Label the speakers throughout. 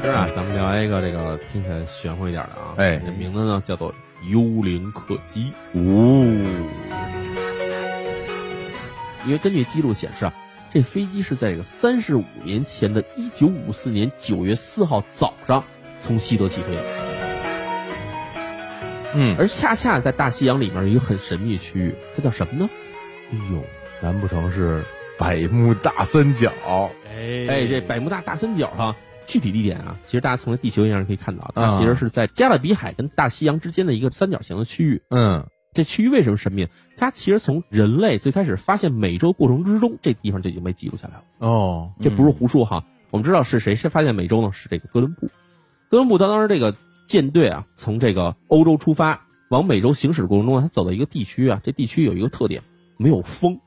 Speaker 1: 今儿啊，咱们聊一个这个听起来玄乎一点的啊，
Speaker 2: 哎
Speaker 1: 这名字呢叫做《幽灵客机》。
Speaker 2: 哦，
Speaker 1: 因为根据记录显示啊，这飞机是在这个三十五年前的1954年9月4号早上从西德起飞的，
Speaker 2: 嗯，
Speaker 1: 而恰恰在大西洋里面有一个很神秘的区域，这叫什么呢？
Speaker 2: 哎呦，难不成是百慕大三角？
Speaker 3: 哎
Speaker 1: 哎，这百慕大大三角哈、具体地点啊，其实大家从这地球仪上可以看到，它
Speaker 2: 啊
Speaker 1: 其实是在加勒比海跟大西洋之间的一个三角形的区域。
Speaker 2: 嗯，
Speaker 1: 这区域为什么神秘？它其实从人类最开始发现美洲过程之中，这地方就已经被记录下来了。
Speaker 2: 哦，
Speaker 1: 这不是胡说哈，我们知道是谁是发现美洲呢？是这个哥伦布。哥伦布他当时这个舰队啊，从这个欧洲出发，往美洲行驶过程中，他走到一个地区啊，这地区有一个特点，没有风，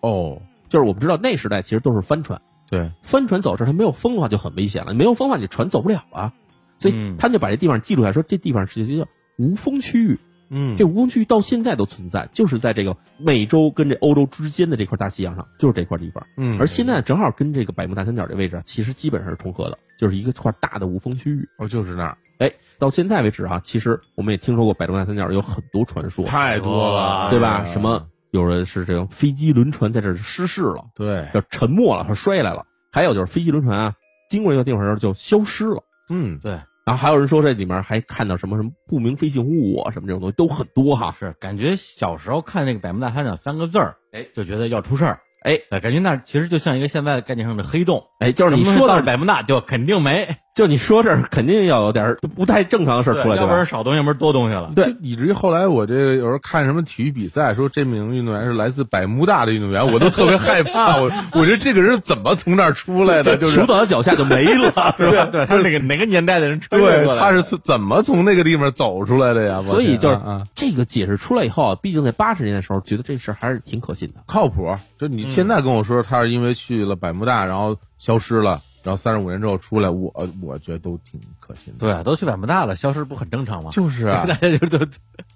Speaker 2: 哦，
Speaker 1: 就是我们知道那时代其实都是帆船，
Speaker 2: 对，
Speaker 1: 帆船走这儿它没有风的话就很危险了，没有风的话你船走不了啊，所以
Speaker 2: 嗯
Speaker 1: 他就把这地方记录下来，说这地方是就叫无风区域。
Speaker 2: 嗯
Speaker 1: 这无风区域到现在都存在，就是在这个美洲跟这欧洲之间的这块大西洋上，就是这块地方。
Speaker 2: 嗯
Speaker 1: 而现在正好跟这个百慕大三角这位置啊，其实基本上是重合的，就是一个块大的无风区域。
Speaker 2: 哦就是那儿，
Speaker 1: 哎，到现在为止啊，其实我们也听说过百慕大三角有很多传说，
Speaker 2: 太多了，
Speaker 1: 对吧？
Speaker 2: 哎呀
Speaker 1: 什么有人是这种飞机轮船在这儿失事了，
Speaker 2: 对，
Speaker 1: 要沉没了，它摔下来了；还有就是飞机轮船啊，经过一个地方的时候就消失了。
Speaker 2: 嗯，
Speaker 3: 对
Speaker 1: 然后还有人说这里面还看到什么什么不明飞行物啊，什么这种东西都很多哈。
Speaker 3: 啊是感觉小时候看那个《百慕大三角》三个字儿，
Speaker 1: 哎
Speaker 3: 就觉得要出事儿，
Speaker 1: 哎
Speaker 3: 哎，感觉那其实就像一个现在概念上的黑洞。
Speaker 1: 哎，就是你
Speaker 3: 什么东西
Speaker 1: 说
Speaker 3: 到
Speaker 1: 到
Speaker 3: 了百慕大就肯定没
Speaker 1: 就你说这儿肯定要有点儿不太正常的事儿出来，
Speaker 3: 要
Speaker 1: 对
Speaker 3: 不然
Speaker 1: 吧？
Speaker 3: 少东西，要不然多东西了。
Speaker 1: 对
Speaker 2: 就以至于后来我这个有时候看什么体育比赛，说这名运动员是来自百慕大的运动员，我都特别害怕。 我我觉得这个人怎么从那儿出来的？就是
Speaker 1: 球到他脚下就 没了，是吧？
Speaker 3: 对，他是哪个哪个年代的人穿越过
Speaker 2: 对，
Speaker 3: 来
Speaker 2: 他是
Speaker 3: 的？
Speaker 2: 从怎么从那个地方走出来的呀？
Speaker 1: 所以就是
Speaker 2: 啊啊
Speaker 1: 这个解释出来以后啊，毕竟在八十年代的时候，觉得这事儿还是挺可信的。
Speaker 2: 靠谱。就你现在跟我说他是因为去了百慕大，然后消失了，然后三十五年之后出来，我我觉得都挺可信的。
Speaker 3: 对，都去百慕大了，消失不很正常吗？
Speaker 2: 就是啊
Speaker 3: 大，家就 都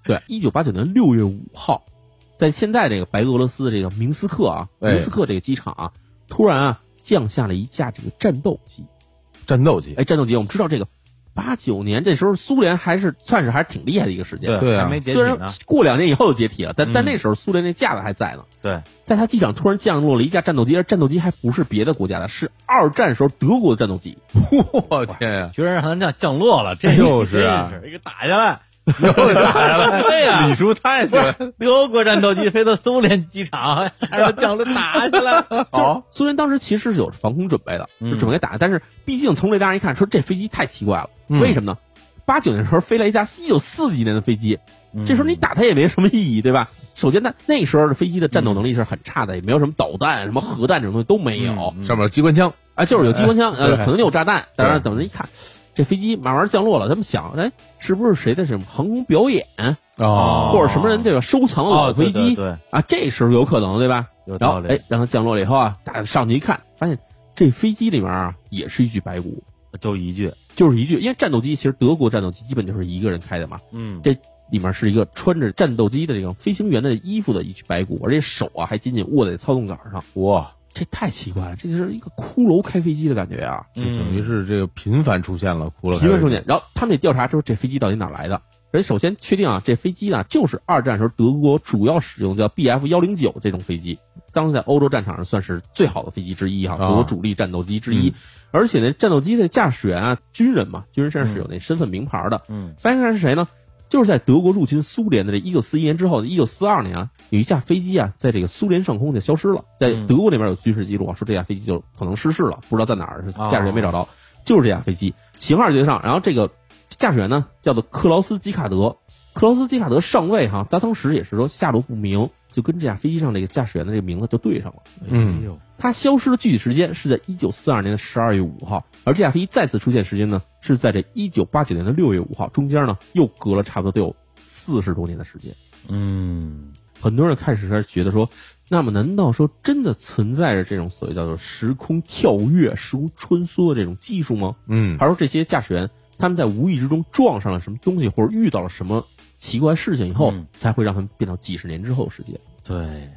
Speaker 1: 对，一九八九年六月五号，在现在这个白俄罗斯的这个明斯克啊，
Speaker 2: 哎
Speaker 1: 明斯克这个机场啊，突然啊降下了一架这个战斗机。
Speaker 2: 战斗机，
Speaker 1: 哎，战斗机，我们知道这个八九年这时候苏联还是算是还是挺厉害的一个时间，
Speaker 2: 对啊
Speaker 3: 还没解体
Speaker 1: 虽然
Speaker 3: 呢。
Speaker 1: 过两年以后就解体了，但、但
Speaker 3: 嗯
Speaker 1: 那时候苏联那架子还在呢。
Speaker 3: 对，
Speaker 1: 在他机场突然降落了一架战斗机，而战斗机还不是别的国家的，是二战时候德国的战斗机。
Speaker 2: 我天呀，
Speaker 3: 居然让他这样降落了，这
Speaker 2: 就是啊
Speaker 3: 真是一个打下来，
Speaker 2: 又打下来了，
Speaker 3: 对 呀
Speaker 2: 李叔太喜欢
Speaker 3: 德国战斗机飞到苏联机场， 还让他降落打下来。
Speaker 2: 好，
Speaker 1: 苏联当时其实是有防空准备的，
Speaker 3: 嗯
Speaker 1: 就准备打，但是毕竟从雷达上一看，说这飞机太奇怪了，
Speaker 2: 嗯
Speaker 1: 为什么呢？八九年时候飞了一架一九四几年的飞机，
Speaker 3: 嗯
Speaker 1: 这时候你打它也没什么意义，对吧？首先呢，那时候的飞机的战斗能力是很差的，也没有什么导弹、什么核弹这种东西都没有，
Speaker 3: 嗯
Speaker 2: 上面有机关枪，
Speaker 1: 啊，就是有机关 枪，呃，
Speaker 2: 对
Speaker 1: 可能就有炸弹。当然，
Speaker 2: 对
Speaker 1: 等人一看，这飞机慢慢降落了，他们想，哎，是不是谁的什么航空表演，
Speaker 3: 哦
Speaker 1: 或者什么人这个收藏
Speaker 3: 哦
Speaker 1: 老飞机、
Speaker 3: 对对对
Speaker 1: 啊？这时候有可能，对吧？
Speaker 3: 有
Speaker 1: 然
Speaker 3: 道
Speaker 1: 后，
Speaker 3: 理
Speaker 1: 哎，让它降落了以后啊，大家上去一看，发现这飞机里面啊也是一具白骨，
Speaker 3: 嗯就一句，
Speaker 1: 就是一具，因为战斗机其实德国战斗机基本就是一个人开的嘛，
Speaker 3: 嗯，
Speaker 1: 这里面是一个穿着战斗机的这个飞行员的衣服的一具白骨，而且手啊还紧紧握在操纵杆上，
Speaker 2: 哇，
Speaker 1: 这太奇怪了，这就是一个骷髅开飞机的感觉啊。
Speaker 3: 嗯
Speaker 2: 这等于是这个频繁嗯出现了，哭了，
Speaker 1: 提问重点。然后他们得调查说这飞机到底哪儿来的。人首先确定啊，这飞机呢就是二战时候德国主要使用叫 Bf 幺零九这种飞机，当时在欧洲战场上算是最好的飞机之一哈、
Speaker 2: 啊嗯
Speaker 1: 德国主力战斗机之一。而且呢，战斗机的驾驶员啊，军人嘛，军人身上是有那身份名牌的。
Speaker 3: 嗯，
Speaker 1: 发现是谁呢？就是在德国入侵苏联的这一九四一年之后，一九四二年啊，有一架飞机啊，在这个苏联上空就消失了，在
Speaker 3: 嗯
Speaker 1: 德国那边有军事记录啊，说这架飞机就可能失事了，不知道在哪儿，
Speaker 3: 哦
Speaker 1: 驾驶员没找着，就是这架飞机型号对得上，然后这个驾驶员呢叫做克劳斯基卡德，克劳斯基卡德上尉哈、他当时也是说下落不明，就跟这架飞机上这个驾驶员的这个名字就对上了。
Speaker 2: 嗯
Speaker 3: 哎呦，
Speaker 1: 它消失的具体时间是在一九四二年的十二月五号，而这架飞机再次出现时间呢是在这一九八九年的六月五号，中间呢又隔了差不多得有四十多年的时间。
Speaker 3: 嗯，
Speaker 1: 很多人开始是觉得说，那么难道说真的存在着这种所谓叫做时空跳跃、时空穿梭的这种技术吗？
Speaker 2: 嗯
Speaker 1: 还是说这些驾驶员他们在无意之中撞上了什么东西，或者遇到了什么奇怪事情以后，
Speaker 3: 嗯
Speaker 1: 才会让他们变到几十年之后的世界？
Speaker 3: 对，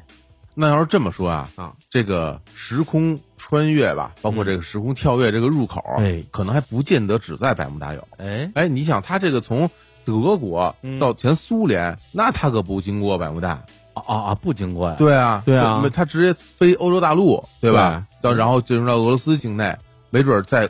Speaker 2: 那要是这么说啊，
Speaker 1: 啊，
Speaker 2: 这个时空穿越吧，包括这个时空跳跃这个入口，
Speaker 1: 哎
Speaker 2: 可能还不见得只在百慕大有。
Speaker 3: 哎，
Speaker 2: 哎，你想，他这个从德国
Speaker 3: 嗯
Speaker 2: 到前苏联，那他可不经过百慕大，
Speaker 3: 啊啊啊，不经过呀，
Speaker 2: 对啊，
Speaker 1: 对啊嗯
Speaker 2: 他他直接飞欧洲大陆，对吧？到然后进入到俄罗斯境内，没准在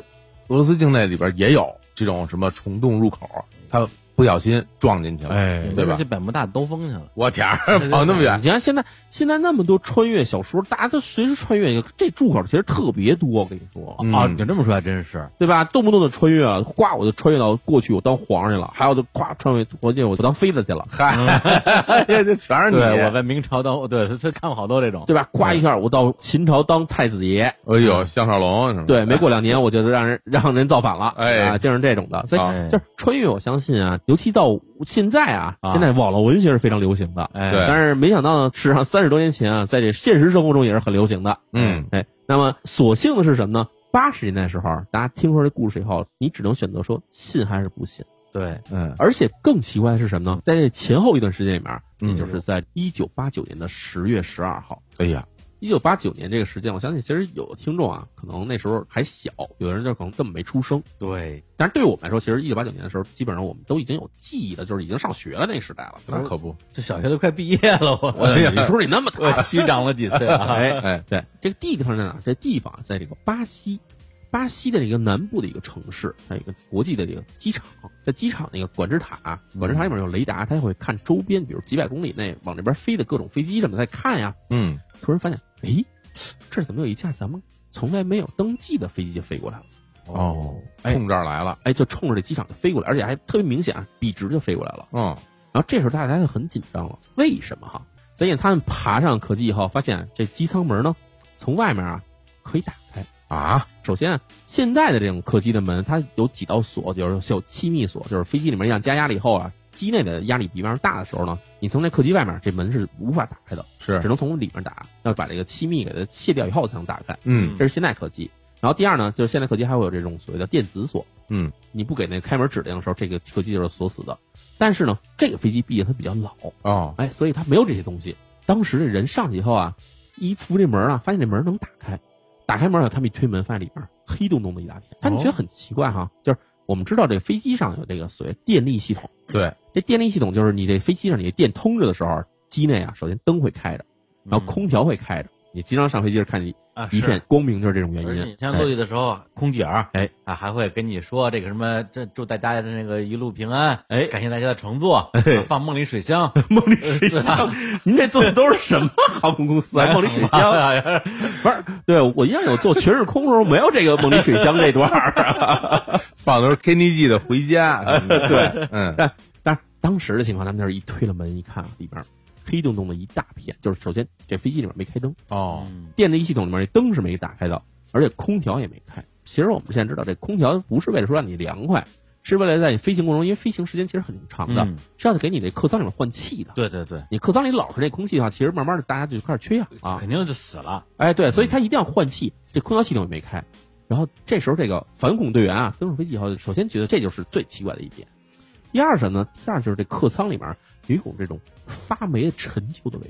Speaker 2: 俄罗斯境内里边也有这种什么虫洞入口，他不小心撞进去了。
Speaker 1: 哎
Speaker 2: 对吧
Speaker 3: 这百慕大兜风去了，
Speaker 2: 我天儿，跑那么远
Speaker 1: 你看现在现在那么多穿越小说，大家都随时穿越，这入口其实特别多。我跟你说，
Speaker 2: 嗯
Speaker 3: 啊，你这么说还真是，
Speaker 1: 对吧？动不动就穿越了，呱我就穿越到过去，我当皇上去了；还有就咵穿越国界，我就当妃子去了，嗯
Speaker 2: 嗨，这全是你。
Speaker 3: 对，我在明朝当，对，他他看过好多这种，
Speaker 1: 对吧？
Speaker 2: 嗯
Speaker 1: 咵一下我到秦朝当太子爷，
Speaker 2: 哎呦，项少龙什么？
Speaker 1: 对，没过两年我就让人让人造反了，
Speaker 2: 哎
Speaker 1: 啊，就是这种的。所以
Speaker 2: 啊
Speaker 3: 哎
Speaker 1: 就是穿越，我相信啊，尤其到现在啊，
Speaker 3: 啊
Speaker 1: 现在网络文学是非常流行的，
Speaker 3: 哎，
Speaker 2: 对
Speaker 1: 但是没想到呢，事实上三十多年前啊，在这现实生活中也是很流行的。
Speaker 2: 嗯，
Speaker 1: 哎，那么所幸的是什么呢？八十年代的时候，大家听说这故事以后，你只能选择说信还是不信。
Speaker 3: 对，
Speaker 2: 嗯
Speaker 1: 而且更奇怪的是什么呢？在这前后一段时间里面，
Speaker 2: 嗯
Speaker 1: 也就是在一九八九年的十月十二号，
Speaker 2: 哎呀，
Speaker 1: 一九八九年这个时间，我相信其实有的听众啊，可能那时候还小，有的人就可能根本没出生。
Speaker 3: 对，
Speaker 1: 但是对我们来说，其实一九八九年的时候，基本上我们都已经有记忆了，就是已经上学了那个时代了。
Speaker 2: 那可哎不，
Speaker 3: 这小学都快毕业了，我
Speaker 1: 我你说你那么
Speaker 3: 我
Speaker 1: 大，
Speaker 3: 虚长了几岁啊？
Speaker 1: 哎
Speaker 2: 哎，
Speaker 1: 对，这个地方在哪儿？这地方在这个巴西，巴西的这个南部的一个城市，还有一个国际的这个机场，在机场那个管制塔，管制塔里面有雷达，它会看周边，比如几百公里内往这边飞的各种飞机什么的在看呀。
Speaker 2: 嗯，
Speaker 1: 突然发现，哎，这怎么有一架咱们从来没有登记的飞机就飞过来了？
Speaker 2: 哦，
Speaker 1: 哎
Speaker 2: 冲这儿来了，
Speaker 1: 哎，就冲着这机场就飞过来，而且还特别明显，啊笔直就飞过来了。
Speaker 2: 嗯，
Speaker 1: 然后这时候大家就很紧张了，为什么哈？再见，他们爬上客机以后，发现这机舱门呢，从外面啊可以打开。
Speaker 2: 啊，
Speaker 1: 首先，现在的这种客机的门，它有几道锁，有有气密锁，就是飞机里面一样加压力以后啊，机内的压力比外面大的时候呢，你从这客机外面这门是无法打开的，只
Speaker 2: 是，
Speaker 1: 能从里面打，要把这个气密给它卸掉以后才能打开。
Speaker 2: 嗯
Speaker 1: 这是现代客机。然后第二呢，就是现代客机还会有这种所谓的电子锁，
Speaker 2: 嗯，
Speaker 1: 你不给那开门指令的时候，这个客机就是锁死的。但是呢，这个飞机毕竟它比较老，
Speaker 2: 哦，
Speaker 1: 哎，所以它没有这些东西。当时这人上去以后啊，一扶这门啊，发现这门能打开，打开门啊，他们一推门，发现里面黑洞洞的一大片。
Speaker 2: 哦
Speaker 1: 他们觉得很奇怪哈，就是我们知道这飞机上有这个所谓电力系统，
Speaker 2: 对，
Speaker 1: 这电力系统就是你这飞机上你的电通着的时候，机内啊，首先灯会开着，然后
Speaker 2: 嗯
Speaker 1: 空调会开着。你经常上飞机时看见
Speaker 3: 啊
Speaker 1: 一片。光明，就是这种原
Speaker 3: 是而且
Speaker 1: 因
Speaker 3: 你。像
Speaker 1: 哎
Speaker 3: 落地的时候，空姐儿
Speaker 1: 哎
Speaker 3: 啊还会跟你说这个什么，这祝大家的那个一路平安，
Speaker 1: 哎
Speaker 3: 感谢大家的乘坐，啊放梦里 水乡，
Speaker 1: 梦里
Speaker 3: 呃
Speaker 1: 水乡，您这做的都是什么航空公司
Speaker 3: 哎
Speaker 1: 啊？梦里水 乡，
Speaker 3: 啊，
Speaker 1: 不是？对我印象有做全日空的时候没有这个梦里水乡这段儿。啊
Speaker 2: 放的是 KNG 的回家，对，嗯，
Speaker 1: 但但是当时的情况，他们就是一推了门一看，里边黑洞洞的一大片，就是首先这飞机里面没开灯，
Speaker 2: 哦，
Speaker 1: 电力系统里面这灯是没打开的，而且空调也没开。其实我们现在知道，这空调不是为了说让你凉快，是为了在你飞行过程中，因为飞行时间其实很长的，
Speaker 3: 嗯
Speaker 1: 是要给你这客舱里面换气的。
Speaker 3: 对对对，
Speaker 1: 你客舱里老是这空气的话，其实慢慢的大家就开始缺氧啊，
Speaker 3: 肯定就死了，
Speaker 1: 哎，对，所以他一定要换气，这空调系统也没开。然后这时候这个反恐队员啊，登上飞机以后，首先觉得这就是最奇怪的一点。第二什么呢？第二就是这客舱里面有一股这种发霉的陈旧的味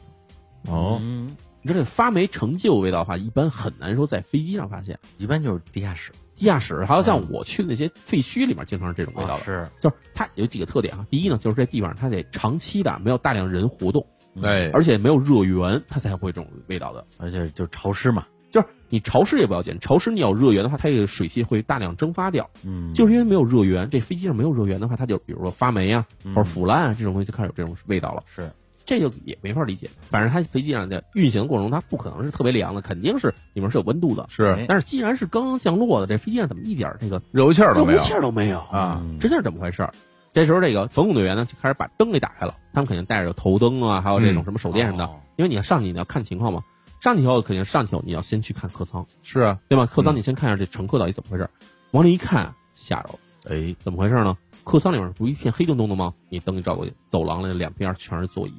Speaker 1: 道。
Speaker 2: 哦，
Speaker 3: 嗯，
Speaker 1: 你知道这发霉陈旧的味道的话，一般很难说在飞机上发现。
Speaker 3: 一般就是地下室
Speaker 1: 地下室还有像我去的那些废墟里面，经常是这种味道
Speaker 3: 啊
Speaker 1: 的。
Speaker 3: 是，
Speaker 1: 就是它有几个特点啊，第一呢，就是这地方它得长期的没有大量人活动，
Speaker 2: 哎，
Speaker 1: 而且没有热源，它才会有这种味道的。
Speaker 3: 而且就是潮湿嘛，
Speaker 1: 就是你潮湿也不要紧，潮湿你有热源的话，它这个水汽会大量蒸发掉。
Speaker 3: 嗯，
Speaker 1: 就是因为没有热源，这飞机上没有热源的话，它就比如说发霉啊，
Speaker 3: 嗯
Speaker 1: 或者腐烂啊这种东西，就开始有这种味道了。
Speaker 3: 是
Speaker 1: 这就也没法理解。反正它飞机上的运行过程中，它不可能是特别凉的，肯定是里面是有温度的。
Speaker 2: 是
Speaker 3: 哎
Speaker 1: 但是既然是刚刚降落的，这飞机上怎么一点儿这个
Speaker 2: 热乎气儿
Speaker 1: 热
Speaker 2: 都哎没
Speaker 1: 乎
Speaker 2: 有
Speaker 1: 气儿都没有？
Speaker 2: 啊，
Speaker 1: 这
Speaker 3: 真
Speaker 1: 就是这么回事儿。这时候，这个防空队员呢就开始把灯给打开了，他们肯定带着头灯啊，还有这种
Speaker 2: 嗯
Speaker 1: 什么手电什么的，
Speaker 3: 哦
Speaker 1: 因为你要上去你要看情况嘛。上去以后肯定上去以后你要先去看客舱。
Speaker 2: 是啊，
Speaker 1: 对吧？客舱
Speaker 2: 嗯
Speaker 1: 你先看一下这乘客到底怎么回事，往里一看，吓着了，
Speaker 2: 哎，
Speaker 1: 怎么回事呢？客舱里面不一片黑洞洞的吗？你灯一照过去，走廊里两边全是座椅，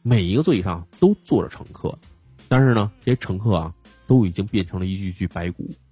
Speaker 1: 每一个座椅上都坐着乘客，但是呢，这些乘客啊都已经变成了一具具白骨，
Speaker 3: 哎